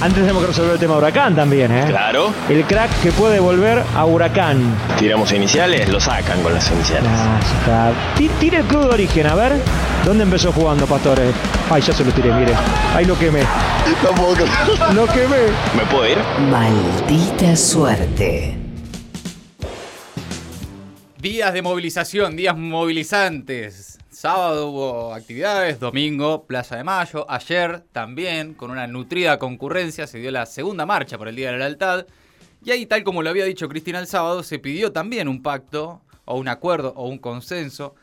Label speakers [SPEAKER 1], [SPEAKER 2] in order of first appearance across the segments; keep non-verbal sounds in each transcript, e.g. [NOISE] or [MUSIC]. [SPEAKER 1] Antes tenemos que resolver el tema Huracán también, ¿eh?
[SPEAKER 2] Claro.
[SPEAKER 1] El crack que puede volver a Huracán.
[SPEAKER 2] Tiramos iniciales, lo sacan con las iniciales.
[SPEAKER 1] Ah, ya está. Ti- Tire el club de origen, a ver. ¿Dónde empezó jugando, Pastores? Ay, ya se lo tiré, mire. Ay, lo quemé.
[SPEAKER 2] No puedo creer.
[SPEAKER 1] Lo quemé.
[SPEAKER 2] ¿Me puedo ir?
[SPEAKER 3] Maldita suerte.
[SPEAKER 4] Días de movilización, días movilizantes. Sábado hubo actividades, domingo, Plaza de Mayo. Ayer también, con una nutrida concurrencia, se dio la segunda marcha por el Día de la Lealtad. Y ahí, tal como lo había dicho Cristina el sábado, se pidió también un pacto, o un acuerdo, o un consenso.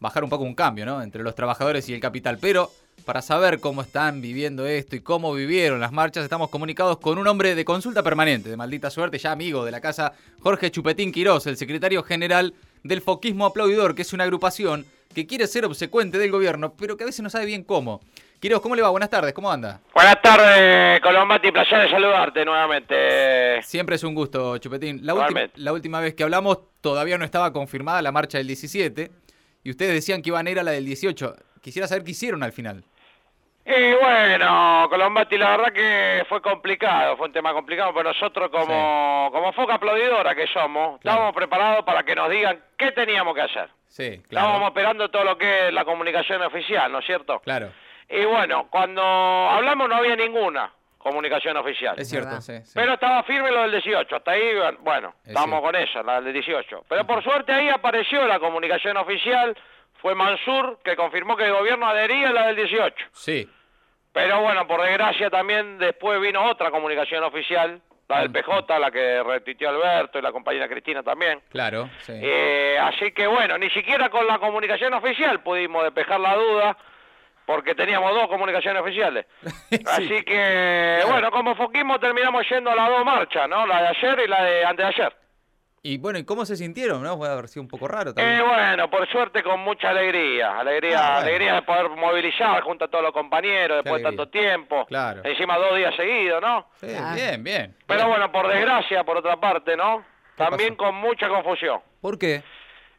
[SPEAKER 4] Bajar un poco un cambio, ¿no? Entre los trabajadores y el capital. Pero para saber cómo están viviendo esto y cómo vivieron las marchas, estamos comunicados con un hombre de consulta permanente, de maldita suerte, ya amigo de la casa, Jorge Chupetín Quirós, el secretario general del Foquismo Aplaudidor, que es una agrupación que quiere ser obsecuente del gobierno, pero que a veces no sabe bien cómo. Quirós, ¿cómo le va? Buenas tardes, ¿cómo anda?
[SPEAKER 5] Buenas tardes, Colombati, placer de saludarte nuevamente.
[SPEAKER 4] Siempre es un gusto, Chupetín. La, última-
[SPEAKER 5] Igualmente.
[SPEAKER 4] la última vez que hablamos todavía no estaba confirmada la marcha del 17 y ustedes decían que iban a ir a la del 18. Quisiera saber qué hicieron al final.
[SPEAKER 5] Y bueno, Colombati, la verdad que fue complicado, fue un tema complicado, pero nosotros como, como foca aplaudidora que
[SPEAKER 4] Claro.
[SPEAKER 5] somos, estábamos preparados para que nos digan qué teníamos que hacer.
[SPEAKER 4] Sí,
[SPEAKER 5] Estábamos
[SPEAKER 4] claro.
[SPEAKER 5] esperando todo lo que es la comunicación oficial, ¿no es cierto?
[SPEAKER 4] Claro,
[SPEAKER 5] Y bueno, cuando hablamos no había ninguna comunicación oficial.
[SPEAKER 4] es cierto.
[SPEAKER 3] verdad.
[SPEAKER 4] sí, sí.
[SPEAKER 5] Pero estaba firme lo del 18, hasta ahí, bueno,
[SPEAKER 4] Es
[SPEAKER 5] estábamos
[SPEAKER 4] cierto.
[SPEAKER 5] con eso, la del 18. Pero por suerte ahí apareció la comunicación oficial, fue Mansur que confirmó que el gobierno adhería a la del 18.
[SPEAKER 4] Sí,
[SPEAKER 5] Pero bueno, por desgracia también después vino otra comunicación oficial, la
[SPEAKER 4] Ah.
[SPEAKER 5] del PJ, la que retuiteó Alberto y la compañera Cristina también.
[SPEAKER 4] claro. Sí.
[SPEAKER 5] Eh, así que bueno, ni siquiera con la comunicación oficial pudimos despejar la duda, porque teníamos dos comunicaciones oficiales.
[SPEAKER 4] [LAUGHS] Sí.
[SPEAKER 5] Así que bueno, como foquismo terminamos yendo a las dos marchas, ¿no? La de ayer y la de antes de ayer.
[SPEAKER 4] Y bueno, ¿y cómo se sintieron? ¿No? Puede haber sido un poco raro
[SPEAKER 5] Eh,
[SPEAKER 4] también.
[SPEAKER 5] bueno, por suerte con mucha alegría, alegría,
[SPEAKER 4] Ah, bueno.
[SPEAKER 5] alegría de poder movilizar junto a todos los compañeros después
[SPEAKER 4] alegría.
[SPEAKER 5] de tanto tiempo.
[SPEAKER 4] Claro.
[SPEAKER 5] Encima dos días seguidos, ¿no?
[SPEAKER 4] Sí,
[SPEAKER 3] Ah.
[SPEAKER 4] Bien, bien.
[SPEAKER 5] Pero
[SPEAKER 4] Bien.
[SPEAKER 5] bueno, por desgracia, por otra parte, ¿no? También con mucha confusión.
[SPEAKER 4] ¿Por qué?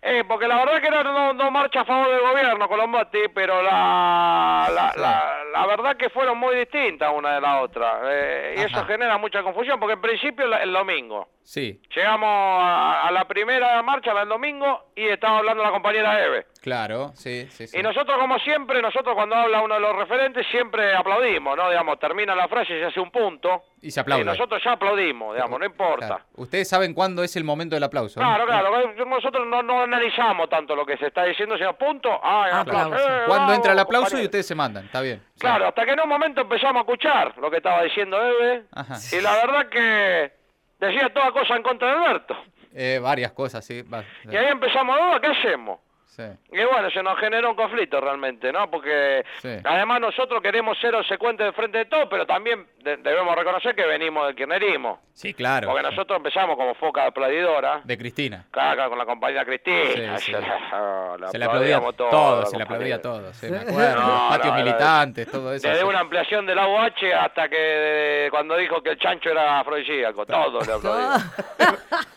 [SPEAKER 5] Eh, porque la verdad que eran dos, dos marchas a favor del gobierno, Colombati, pero la, la, la, la verdad que fueron muy distintas una de la otra. eh, y eso
[SPEAKER 4] Ajá.
[SPEAKER 5] genera mucha confusión, porque en principio la- el domingo.
[SPEAKER 4] Sí,
[SPEAKER 5] Llegamos a, a la primera marcha, la del domingo, y estaba hablando la compañera Eve.
[SPEAKER 4] claro. Sí, sí, sí.
[SPEAKER 5] Y nosotros, como siempre, nosotros cuando habla uno de los referentes, siempre aplaudimos, ¿no? Digamos, termina la frase y se hace un punto.
[SPEAKER 4] Y se aplaude.
[SPEAKER 5] Y nosotros ya aplaudimos, digamos, no importa.
[SPEAKER 4] Claro. Ustedes saben cuándo es el momento del aplauso. ¿no?
[SPEAKER 5] Claro, claro, nosotros no, no analizamos tanto lo que se está diciendo, sino punto, ah,
[SPEAKER 3] Ah,
[SPEAKER 5] aplauso.
[SPEAKER 3] aplauso.
[SPEAKER 5] eh,
[SPEAKER 4] Cuando
[SPEAKER 5] bravo,
[SPEAKER 4] entra el aplauso y
[SPEAKER 5] compañero.
[SPEAKER 4] ustedes se mandan. Está bien. Sí.
[SPEAKER 5] Claro, hasta que en un momento empezamos a escuchar lo que estaba diciendo Eve,
[SPEAKER 4] Ajá.
[SPEAKER 5] y la verdad que decía toda cosa en contra de Alberto.
[SPEAKER 4] Eh, varias cosas, sí. va- sí,
[SPEAKER 5] Y ahí empezamos a dudar, ¿qué hacemos?
[SPEAKER 4] sí.
[SPEAKER 5] Y bueno, se nos generó un conflicto realmente, ¿no? Porque
[SPEAKER 4] Sí.
[SPEAKER 5] además nosotros queremos ser obsecuentes del frente de todo, pero también de- debemos reconocer que venimos del kirchnerismo.
[SPEAKER 4] Sí, claro.
[SPEAKER 5] Porque
[SPEAKER 4] sí.
[SPEAKER 5] nosotros empezamos como foca aplaudidora.
[SPEAKER 4] De Cristina.
[SPEAKER 5] Claro, claro, con la compañera Cristina. [LAUGHS]
[SPEAKER 4] Sí, sí.
[SPEAKER 5] Ah, la
[SPEAKER 4] se le aplaudía
[SPEAKER 5] aplaudíamos
[SPEAKER 4] todo,
[SPEAKER 5] toda la
[SPEAKER 4] se le aplaudía
[SPEAKER 5] compañera.
[SPEAKER 4] todo. Sí, me acuerdo.
[SPEAKER 5] [LAUGHS] No,
[SPEAKER 4] Los patios
[SPEAKER 5] no, no,
[SPEAKER 4] militantes, todo eso.
[SPEAKER 5] Desde
[SPEAKER 4] sí.
[SPEAKER 5] una ampliación de la UH hasta que de- cuando dijo que el chancho era afrodisíaco. Todo le aplaudíamos.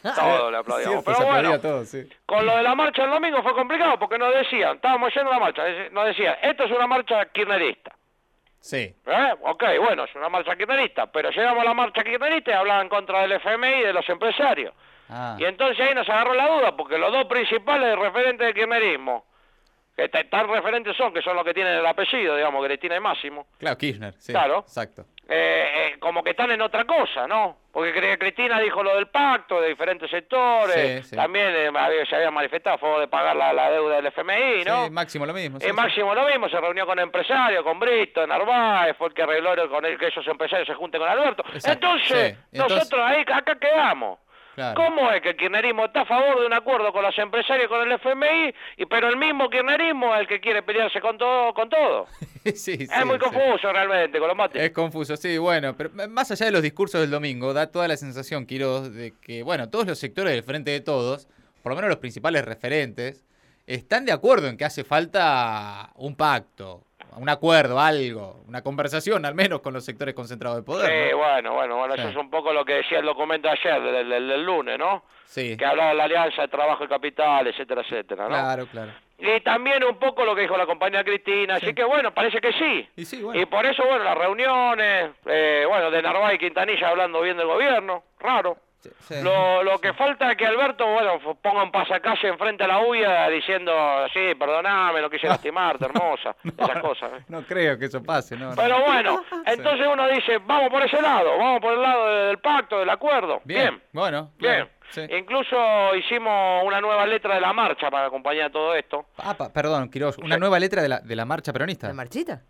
[SPEAKER 5] todo le
[SPEAKER 4] Cierto,
[SPEAKER 5] aplaudíamos. Pero
[SPEAKER 4] se aplaudía
[SPEAKER 5] bueno,
[SPEAKER 4] todo, sí.
[SPEAKER 5] con lo de la marcha el domingo fue complicado porque nos decían, estábamos yendo a la marcha, nos decían, esto es una marcha kirchnerista.
[SPEAKER 4] Sí,
[SPEAKER 5] ¿Eh? Ok, bueno, es una marcha kirchnerista, pero llegamos a la marcha kirchnerista y hablaban contra del FMI y de los empresarios.
[SPEAKER 4] Ah,
[SPEAKER 5] Y entonces ahí nos agarró la duda, porque los dos principales referentes del kirchnerismo, que t- tan referentes son, que son los que tienen el apellido, digamos, Cristina y Máximo,
[SPEAKER 4] claro, Kirchner. Sí,
[SPEAKER 5] Claro.
[SPEAKER 4] Exacto.
[SPEAKER 5] eh, eh, como que están en otra cosa, ¿no? Porque cre- Cristina dijo lo del pacto de diferentes sectores,
[SPEAKER 4] Sí, sí.
[SPEAKER 5] también eh, había- se había manifestado a favor de pagar la, la deuda del FMI, ¿no?
[SPEAKER 4] Sí, Máximo lo mismo. sí,
[SPEAKER 5] Eh,
[SPEAKER 4] sí.
[SPEAKER 5] Máximo lo mismo, se reunió con empresarios, con Brito, Narváez, fue el que arregló el- con el, que esos empresarios se junten con Alberto.
[SPEAKER 4] Exacto,
[SPEAKER 5] Entonces,
[SPEAKER 4] sí, entonces-
[SPEAKER 5] nosotros ahí, acá quedamos.
[SPEAKER 4] Claro.
[SPEAKER 5] ¿Cómo es que el kirchnerismo está a favor de un acuerdo con los empresarios y con el FMI, y, pero el mismo kirchnerismo es el que quiere pelearse con todo? Con todo?
[SPEAKER 4] [LAUGHS] Sí, sí,
[SPEAKER 5] es muy
[SPEAKER 4] sí.
[SPEAKER 5] confuso realmente, con los mates.
[SPEAKER 4] Es confuso, sí, bueno, pero m- más allá de los discursos del domingo, da toda la sensación, Quiroz, de que, bueno, todos los sectores del frente de todos, por lo menos los principales referentes, están de acuerdo en que hace falta un pacto, un acuerdo, algo, una conversación, al menos con los sectores concentrados de poder.
[SPEAKER 5] Sí,
[SPEAKER 4] ¿no?
[SPEAKER 5] bueno, bueno, bueno, eso
[SPEAKER 4] Sí.
[SPEAKER 5] es un poco lo que decía el documento ayer, del, del- del lunes, ¿no?
[SPEAKER 4] Sí,
[SPEAKER 5] Que hablaba de la alianza de trabajo y capital, etcétera, etcétera, ¿no?
[SPEAKER 4] claro, claro.
[SPEAKER 5] Y también un poco lo que dijo la compañera Cristina, así que bueno, parece que sí.
[SPEAKER 4] Y sí, bueno.
[SPEAKER 5] Y por eso, bueno, las reuniones, eh, bueno, de Narváez y Quintanilla hablando bien del gobierno, raro.
[SPEAKER 4] Sí, sí.
[SPEAKER 5] Lo, lo que falta es que Alberto, bueno, f- ponga un pasacalle enfrente a la UIA diciendo, sí, perdoname, no
[SPEAKER 4] [LAUGHS]
[SPEAKER 5] quise lastimarte, hermosa, esas cosas. ¿eh?
[SPEAKER 4] No creo que eso pase, ¿no? no.
[SPEAKER 5] Pero bueno, entonces uno dice, vamos por ese lado, vamos por el lado de- del pacto, del acuerdo.
[SPEAKER 4] Bien,
[SPEAKER 5] Bien.
[SPEAKER 4] bueno.
[SPEAKER 5] Bien. Eh,
[SPEAKER 4] claro, sí.
[SPEAKER 5] Incluso hicimos una nueva letra de la marcha para acompañar todo esto.
[SPEAKER 4] Ah, pa- perdón, Quiroz, una nueva letra de la, de la marcha peronista.
[SPEAKER 6] ¿La marchita?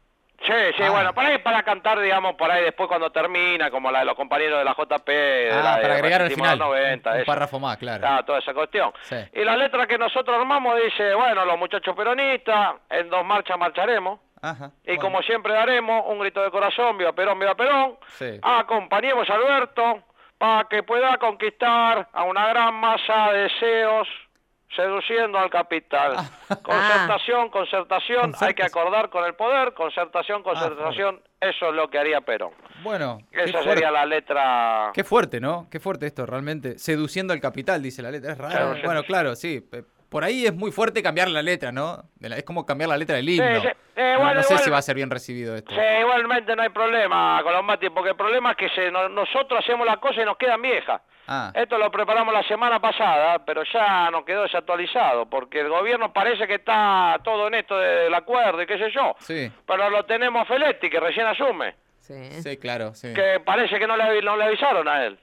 [SPEAKER 5] Sí, sí,
[SPEAKER 4] Ah.
[SPEAKER 5] bueno, para, para cantar, digamos, por ahí después cuando termina, como la de los compañeros de la JP, de
[SPEAKER 4] Ah,
[SPEAKER 5] Eh, la de
[SPEAKER 4] para agregar al
[SPEAKER 5] Resistimos a
[SPEAKER 4] final,
[SPEAKER 5] los 90,
[SPEAKER 4] un
[SPEAKER 5] eso.
[SPEAKER 4] párrafo más, claro.
[SPEAKER 5] Ah, toda esa cuestión.
[SPEAKER 4] Sí.
[SPEAKER 5] Y la letra que nosotros armamos dice, bueno, los muchachos peronistas, en dos marchas marcharemos.
[SPEAKER 4] Ajá.
[SPEAKER 5] Y
[SPEAKER 4] bueno.
[SPEAKER 5] como siempre daremos un grito de corazón, viva Perón, viva Perón,
[SPEAKER 4] Sí.
[SPEAKER 5] acompañemos a Alberto para que pueda conquistar a una gran masa de deseos seduciendo
[SPEAKER 4] [LAUGHS]
[SPEAKER 5] al capital.
[SPEAKER 4] Ah.
[SPEAKER 5] Concertación, concertación, hay que acordar con el poder, concertación, concertación, eso es lo que haría Perón.
[SPEAKER 4] Bueno, Ah, qué
[SPEAKER 5] Esa
[SPEAKER 4] fuerte.
[SPEAKER 5] sería la letra...
[SPEAKER 4] Qué fuerte, ¿no? Qué fuerte esto, realmente. Seduciendo al capital, dice la letra. Es raro.
[SPEAKER 5] Claro.
[SPEAKER 4] Bueno, claro, sí. Pe- Por ahí es muy fuerte cambiar la letra, ¿no? De la- Es como cambiar la letra del himno.
[SPEAKER 5] sí. Eh,
[SPEAKER 4] No- no,
[SPEAKER 5] bueno,
[SPEAKER 4] sé
[SPEAKER 5] igual-
[SPEAKER 4] si va a ser bien recibido esto.
[SPEAKER 5] Sí, igualmente no hay problema, Colombati, porque el problema es que se- no- nosotros hacemos las cosas y nos quedan viejas.
[SPEAKER 4] Ah.
[SPEAKER 5] Esto lo preparamos la semana pasada, pero ya nos quedó desactualizado, porque el gobierno parece que está todo en esto del acuerdo y qué sé yo.
[SPEAKER 4] Sí.
[SPEAKER 5] Pero lo tenemos a Feletti, que recién asume,
[SPEAKER 6] Sí.
[SPEAKER 4] Sí, claro, sí.
[SPEAKER 5] que parece que no le, avi- no le avisaron a él.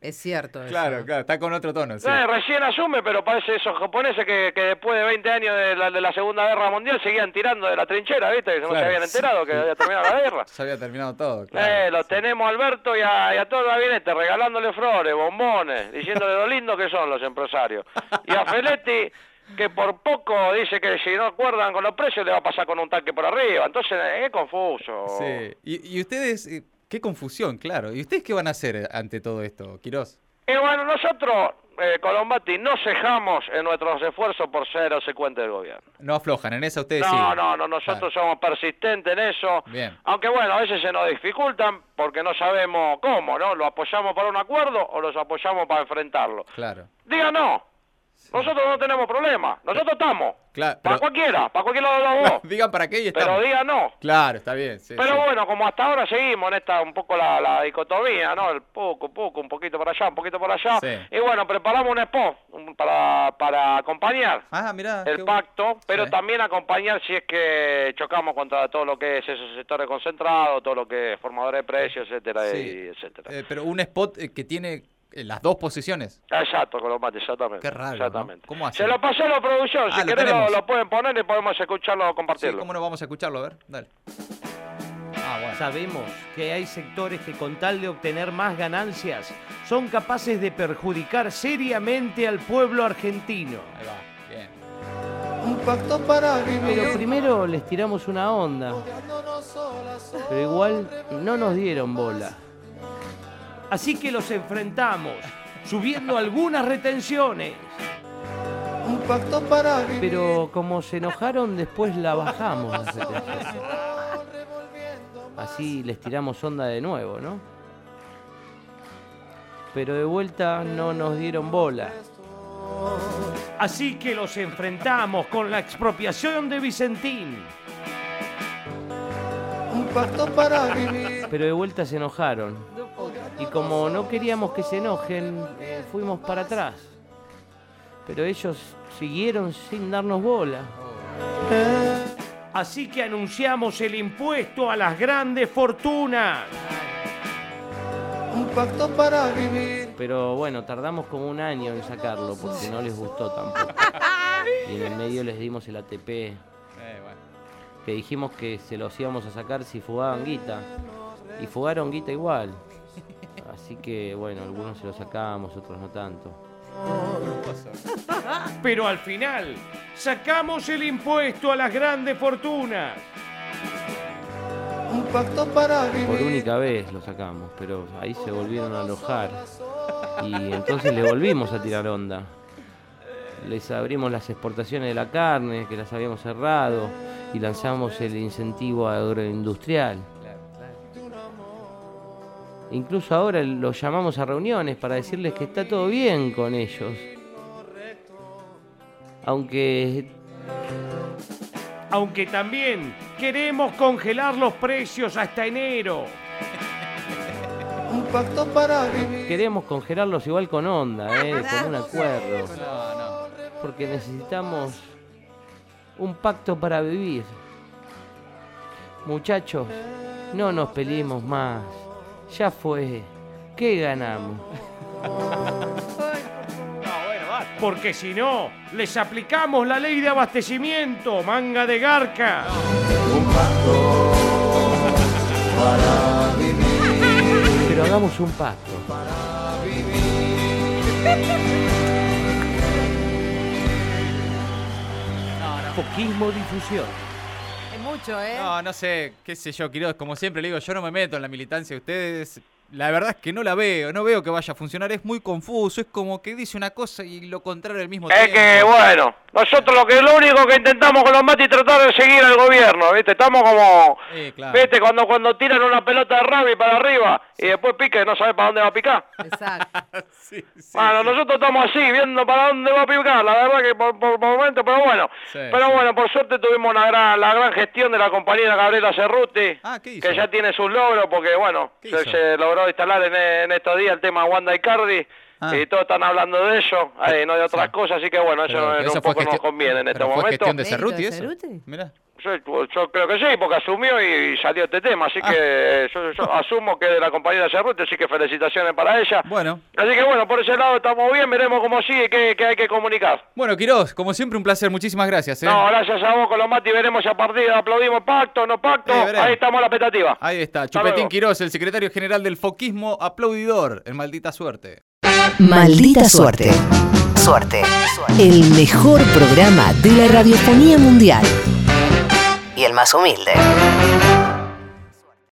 [SPEAKER 6] Es cierto. eso.
[SPEAKER 4] Claro, claro. Está con otro tono, sí.
[SPEAKER 5] Eh, recién asume, pero parece esos japoneses que, que después de 20 años de la, de la Segunda Guerra Mundial seguían tirando de la trinchera, ¿viste? Que no se
[SPEAKER 4] Claro,
[SPEAKER 5] habían
[SPEAKER 4] sí.
[SPEAKER 5] enterado que había terminado la
[SPEAKER 4] [LAUGHS]
[SPEAKER 5] guerra.
[SPEAKER 4] Ya había terminado todo,
[SPEAKER 5] Eh,
[SPEAKER 4] claro.
[SPEAKER 5] lo tenemos a Alberto y a, y a todo el gabinete regalándole flores, bombones, diciéndole lo lindo que son los empresarios. Y a Feletti, que por poco dice que si no acuerdan con los precios le va a pasar con un tanque por arriba. Entonces eh, es confuso.
[SPEAKER 4] Sí. Y, y ustedes, eh, qué confusión, claro. ¿Y ustedes qué van a hacer eh, ante todo esto, Quirós?
[SPEAKER 5] Y bueno, nosotros, eh, Colombati, no cejamos en nuestros esfuerzos por ser obsecuente del gobierno.
[SPEAKER 4] No aflojan, en esa ustedes Eh, sí.
[SPEAKER 5] No, no, no, nosotros
[SPEAKER 4] Claro.
[SPEAKER 5] somos persistentes en eso.
[SPEAKER 4] Bien.
[SPEAKER 5] Aunque bueno, a veces se nos dificultan porque no sabemos cómo, ¿no? ¿Lo apoyamos para un acuerdo o los apoyamos para enfrentarlo?
[SPEAKER 4] Claro.
[SPEAKER 5] Diga no. Nosotros no tenemos problema. Nosotros estamos.
[SPEAKER 4] Claro,
[SPEAKER 5] para
[SPEAKER 4] pero-
[SPEAKER 5] cualquiera, para cualquier lado de los
[SPEAKER 4] [LAUGHS]
[SPEAKER 5] dos.
[SPEAKER 4] Digan para qué y estamos.
[SPEAKER 5] pero diga no.
[SPEAKER 4] Claro, está bien. sí,
[SPEAKER 5] Pero
[SPEAKER 4] sí.
[SPEAKER 5] bueno, como hasta ahora seguimos en esta un poco la, la dicotomía, ¿no? El poco, poco, un poquito para allá, un poquito para allá.
[SPEAKER 4] Sí.
[SPEAKER 5] Y bueno, preparamos un spot un- para, para acompañar
[SPEAKER 4] Ah, mirá. qué
[SPEAKER 5] el
[SPEAKER 4] bu-
[SPEAKER 5] pacto, pero
[SPEAKER 4] Sí.
[SPEAKER 5] también acompañar si es que chocamos contra todo lo que es esos sectores concentrados, todo lo que es formadores de precios, etcétera,
[SPEAKER 4] Sí.
[SPEAKER 5] y etcétera.
[SPEAKER 4] Eh, pero un spot eh, que tiene eh, las dos posiciones.
[SPEAKER 5] Ah, Exacto, con los mates, exactamente.
[SPEAKER 4] Qué raro,
[SPEAKER 5] Exactamente.
[SPEAKER 4] ¿no? ¿Cómo hacen?
[SPEAKER 5] Se lo pasé a la producción,
[SPEAKER 4] Ah,
[SPEAKER 5] si
[SPEAKER 4] lo
[SPEAKER 5] querés lo,
[SPEAKER 4] tenemos.
[SPEAKER 5] lo pueden poner y podemos escucharlo o
[SPEAKER 4] Sí,
[SPEAKER 5] compartirlo.
[SPEAKER 4] ¿cómo no vamos a escucharlo? A ver, dale. Ah, bueno.
[SPEAKER 7] Sabemos que hay sectores que con tal de obtener más ganancias son capaces de perjudicar seriamente al pueblo argentino.
[SPEAKER 4] Ahí va, bien.
[SPEAKER 7] Pero primero les tiramos una onda. Pero igual no nos dieron bola. Así que los enfrentamos, subiendo algunas retenciones. Pero como se enojaron, después la bajamos. las retenciones. Así les tiramos onda de nuevo, ¿no? Pero de vuelta no nos dieron bola. Así que los enfrentamos con la expropiación de Vicentín. Pero de vuelta se enojaron. Y como no queríamos que se enojen, eh, fuimos para atrás. Pero ellos siguieron sin darnos bola. Así que anunciamos el impuesto a las grandes fortunas. Pero bueno, tardamos como un año en sacarlo porque no les
[SPEAKER 4] [LAUGHS]
[SPEAKER 7] gustó tampoco. Y en el medio les dimos el ATP,
[SPEAKER 4] Eh, bueno.
[SPEAKER 7] que dijimos que se los íbamos a sacar si fugaban guita. Y fugaron
[SPEAKER 4] [LAUGHS]
[SPEAKER 7] guita igual. Así que bueno, algunos se los sacamos, otros no tanto. Pero al final, sacamos el impuesto a las grandes fortunas. Por única vez lo sacamos, pero ahí se volvieron a alojar. Y entonces le volvimos a tirar onda. Les abrimos las exportaciones de la carne, que las habíamos cerrado, y lanzamos el incentivo agroindustrial. Incluso ahora los llamamos a reuniones para decirles que está todo bien con ellos. aunque
[SPEAKER 8] aunque también queremos congelar los precios hasta enero.
[SPEAKER 9] Un pacto para vivir.
[SPEAKER 7] queremos congelarlos igual con onda, ¿eh? con un acuerdo,
[SPEAKER 4] Ah, No, no.
[SPEAKER 7] porque necesitamos un pacto para vivir. Muchachos, no nos peleemos más. Ya fue. ¿Qué ganamos?
[SPEAKER 8] Porque si no, les aplicamos la ley de abastecimiento, manga de garca.
[SPEAKER 9] Un pacto para vivir.
[SPEAKER 7] Pero hagamos un pacto. Poquismo difusión.
[SPEAKER 6] Es mucho, ¿eh?
[SPEAKER 4] No, no sé, qué sé yo, Quiroz, como siempre le digo, yo no me meto en la militancia de ustedes. La verdad es que no la veo, no veo que vaya a funcionar, es muy confuso, es como que dice una cosa y lo contrario al mismo
[SPEAKER 5] Es
[SPEAKER 4] tiempo.
[SPEAKER 5] que, bueno, nosotros lo que lo único que intentamos con los mates es tratar de seguir al gobierno, ¿viste? Estamos como,
[SPEAKER 4] Eh, claro.
[SPEAKER 5] ¿viste? Cuando, cuando tiran una pelota de rugby para arriba y después pica y no sabes para dónde va a picar.
[SPEAKER 6] Exacto.
[SPEAKER 4] Sí, sí,
[SPEAKER 5] Bueno,
[SPEAKER 4] sí.
[SPEAKER 5] nosotros estamos así, viendo para dónde va a picar, la verdad que por, por, por momento, pero bueno.
[SPEAKER 4] Sí,
[SPEAKER 5] pero
[SPEAKER 4] sí.
[SPEAKER 5] bueno, por suerte tuvimos una gran, la gran gestión de la compañera Gabriela Cerruti,
[SPEAKER 4] Ah, ¿qué hizo?
[SPEAKER 5] que ya tiene sus logros, porque bueno,
[SPEAKER 4] ¿Qué
[SPEAKER 5] se,
[SPEAKER 4] hizo?
[SPEAKER 5] se logró instalar en, en estos días el tema Wanda y Cardi.
[SPEAKER 4] Ah.
[SPEAKER 5] Y todos están hablando de eso, eh, no de otras
[SPEAKER 4] Sí.
[SPEAKER 5] cosas, así que bueno, eso,
[SPEAKER 4] Pero
[SPEAKER 5] no-
[SPEAKER 4] eso
[SPEAKER 5] un
[SPEAKER 4] fue
[SPEAKER 5] poco nos
[SPEAKER 4] gestión-
[SPEAKER 5] conviene en este
[SPEAKER 4] pero fue
[SPEAKER 5] momento.
[SPEAKER 4] gestión de
[SPEAKER 6] ¿Mérito
[SPEAKER 4] Cerruti,
[SPEAKER 6] de
[SPEAKER 4] eso.
[SPEAKER 6] Cerruti?
[SPEAKER 4] Mirá.
[SPEAKER 5] Yo, yo creo que sí, porque asumió y, salió este tema, así
[SPEAKER 4] Ah.
[SPEAKER 5] que eh, yo, yo asumo que de la compañera Cerruti, así que felicitaciones para ella.
[SPEAKER 4] Bueno.
[SPEAKER 5] Así que bueno, por ese lado estamos bien, veremos cómo sigue, qué, qué hay que comunicar.
[SPEAKER 4] Bueno, Quiroz, como siempre, un placer, muchísimas gracias. ¿eh?
[SPEAKER 5] No, gracias a vos, Colomati, veremos a partida, aplaudimos pacto, no pacto,
[SPEAKER 4] Eh, veremos.
[SPEAKER 5] ahí estamos a la expectativa.
[SPEAKER 4] Ahí está,
[SPEAKER 5] Hasta
[SPEAKER 4] Chupetín
[SPEAKER 5] luego.
[SPEAKER 4] Quiroz, el secretario general del Foquismo Aplaudidor, en Maldita Suerte.
[SPEAKER 3] Maldita suerte. Suerte. El mejor programa de la radiofonía mundial. Y el más humilde.